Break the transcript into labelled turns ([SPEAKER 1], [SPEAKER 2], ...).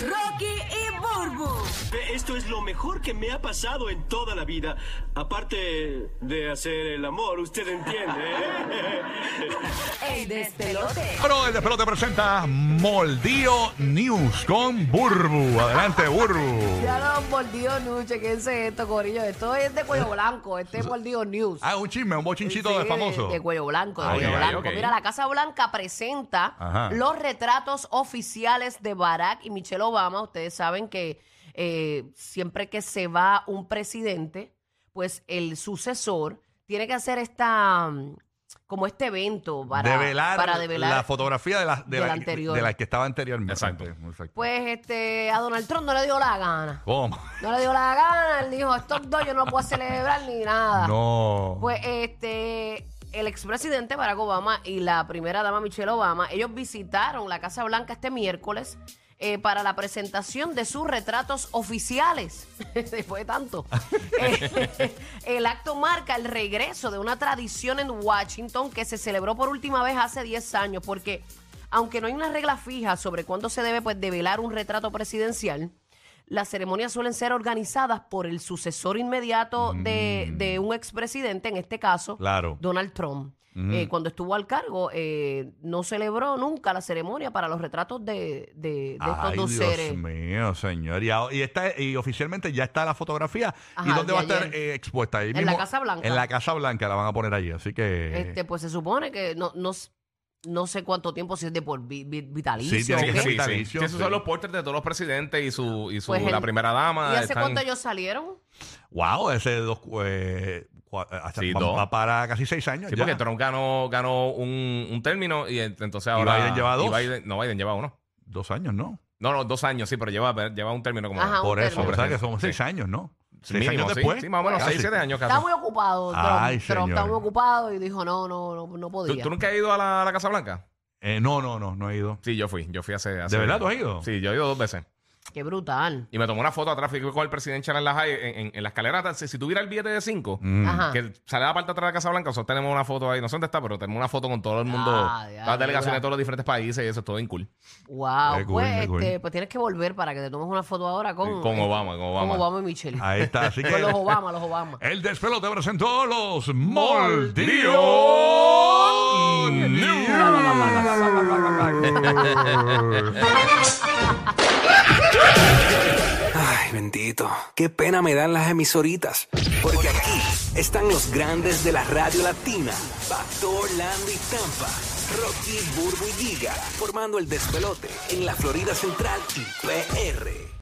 [SPEAKER 1] Rocky y Burbu.
[SPEAKER 2] Ve, Eh, Esto es lo mejor que me ha pasado en toda la vida. Aparte de hacer el amor, usted entiende, ¿eh?
[SPEAKER 1] El despelote.
[SPEAKER 3] Bueno, el despelote presenta Moldío News con Burbu. Adelante, Burbu.
[SPEAKER 4] Ya lo mordido news, chequense esto, corillo. Esto es de cuello blanco, este es mordido news.
[SPEAKER 3] Ah, un chisme, un bochinchito
[SPEAKER 4] Sí,
[SPEAKER 3] de famoso.
[SPEAKER 4] De, cuello blanco, de
[SPEAKER 3] Ah,
[SPEAKER 4] cuello
[SPEAKER 3] ok,
[SPEAKER 4] blanco.
[SPEAKER 3] ok.
[SPEAKER 4] Mira, la Casa Blanca presenta
[SPEAKER 3] Ajá.
[SPEAKER 4] los retratos oficiales de Barack y Michelle Obama. Ustedes saben que eh, siempre que se va un presidente, pues el sucesor tiene que hacer esta mm, como este evento para
[SPEAKER 3] develar,
[SPEAKER 4] para develar
[SPEAKER 3] la fotografía de la, de
[SPEAKER 4] del
[SPEAKER 3] la-
[SPEAKER 4] anterior.
[SPEAKER 3] de la que estaba anteriormente.
[SPEAKER 5] Exacto.
[SPEAKER 3] Exacto.
[SPEAKER 4] Pues este a Donald Trump no le dio la gana.
[SPEAKER 3] ¿Cómo?
[SPEAKER 4] No le dio la gana, él dijo, estos dos yo no puedo celebrar ni nada.
[SPEAKER 3] No.
[SPEAKER 4] Pues este, el expresidente Barack Obama y la primera dama Michelle Obama, ellos visitaron la Casa Blanca este miércoles eh, para la presentación de sus retratos oficiales. Después de tanto. Eh, el acto marca el regreso de una tradición en Washington que se celebró por última vez hace 10 años, porque aunque no hay una regla fija sobre cuándo se debe pues, develar un retrato presidencial, las ceremonias suelen ser organizadas por el sucesor inmediato de, de un expresidente, en este caso,
[SPEAKER 3] Mm. Claro.
[SPEAKER 4] Donald Trump. Eh, cuando estuvo al cargo, eh, no celebró nunca la ceremonia para los retratos de, de- de estos
[SPEAKER 3] Ay,
[SPEAKER 4] dos
[SPEAKER 3] Dios
[SPEAKER 4] seres.
[SPEAKER 3] mío, señor. Y, a- y está, y oficialmente ya está la fotografía. ¿Y
[SPEAKER 4] Ajá,
[SPEAKER 3] dónde
[SPEAKER 4] de
[SPEAKER 3] va a estar
[SPEAKER 4] ayer.
[SPEAKER 3] eh, expuesta? Ahí
[SPEAKER 4] En la
[SPEAKER 3] mismo,
[SPEAKER 4] Casa Blanca.
[SPEAKER 3] En la Casa Blanca la van a poner allí, así que...
[SPEAKER 4] Este, pues se supone que no, no, s- no sé cuánto tiempo, si es de por vi- vi- vitalicio.
[SPEAKER 3] Sí, tiene
[SPEAKER 4] o
[SPEAKER 3] que
[SPEAKER 4] qué.
[SPEAKER 3] ser
[SPEAKER 5] Sí, sí,
[SPEAKER 3] vitalicio,
[SPEAKER 5] sí. Esos
[SPEAKER 3] sí.
[SPEAKER 5] son los pósters de todos los presidentes y su, y su
[SPEAKER 4] Pues el-
[SPEAKER 5] la primera dama.
[SPEAKER 4] ¿Y hace
[SPEAKER 5] están-
[SPEAKER 4] cuánto ellos salieron?
[SPEAKER 3] Wow, ese dos... eh, cua- hasta-
[SPEAKER 5] Sí,
[SPEAKER 3] va,
[SPEAKER 5] dos.
[SPEAKER 3] va para casi seis años
[SPEAKER 5] Sí,
[SPEAKER 3] ya.
[SPEAKER 5] porque Trump ganó, ganó un, un término y ent- entonces
[SPEAKER 3] Y
[SPEAKER 5] ahora.
[SPEAKER 3] Biden lleva
[SPEAKER 5] y
[SPEAKER 3] dos.
[SPEAKER 5] Biden- no, Biden lleva uno.
[SPEAKER 3] Dos años, ¿no.
[SPEAKER 5] No, no, dos años, sí, pero lleva, lleva un término como.
[SPEAKER 4] Ajá, un
[SPEAKER 3] Por eso,
[SPEAKER 4] término.
[SPEAKER 3] o sea que son
[SPEAKER 5] Sí.
[SPEAKER 3] seis años, ¿no? Seis
[SPEAKER 5] mínimo,
[SPEAKER 3] años
[SPEAKER 5] sí,
[SPEAKER 3] después.
[SPEAKER 5] Sí, más o menos
[SPEAKER 3] Casi.
[SPEAKER 5] seis, siete años casi.
[SPEAKER 4] Estaba muy ocupado. Trump,
[SPEAKER 3] Ay,
[SPEAKER 4] Trump
[SPEAKER 3] señor.
[SPEAKER 4] estaba muy ocupado y dijo, no, no, no, no
[SPEAKER 5] ¿Tú,
[SPEAKER 4] podía.
[SPEAKER 5] tú nunca has ido a la, a la Casa Blanca?
[SPEAKER 3] Eh, no, no, no, no he ido.
[SPEAKER 5] Sí, yo fui. Yo fui hace. hace-
[SPEAKER 3] ¿De verdad tú has ido?
[SPEAKER 5] Sí, yo he ido dos veces.
[SPEAKER 4] Qué brutal.
[SPEAKER 5] Y me tomó una foto atrás, fui con el presidente Charan Lajay en, en, en la escalera. Si, si tuviera el billete de cinco,
[SPEAKER 3] Mm.
[SPEAKER 4] Ajá.
[SPEAKER 5] que sale la parte de atrás de la Casa Blanca, nosotros tenemos una foto ahí, no sé dónde está, pero tenemos una foto con todo el mundo,
[SPEAKER 4] Ah, ya,
[SPEAKER 5] todas las delegaciones
[SPEAKER 4] dura.
[SPEAKER 5] de todos los diferentes países y eso es todo bien cool.
[SPEAKER 4] Wow.
[SPEAKER 3] Qué cool,
[SPEAKER 4] pues,
[SPEAKER 3] qué cool.
[SPEAKER 4] este, pues tienes que volver para que te tomes una foto ahora con,
[SPEAKER 5] Sí, con Obama, con Obama.
[SPEAKER 4] y Michelle.
[SPEAKER 3] Ahí está, así que.
[SPEAKER 4] Con los Obama, los Obama.
[SPEAKER 3] El despelote presentó los
[SPEAKER 4] Moldío
[SPEAKER 3] Moldío
[SPEAKER 6] Ay, bendito. Qué pena me dan las emisoritas. Porque aquí están los grandes de la radio latina. Pastor, Lando y Tampa. Rocky, Burbu y Giga. Formando el despelote en la Florida Central y PR.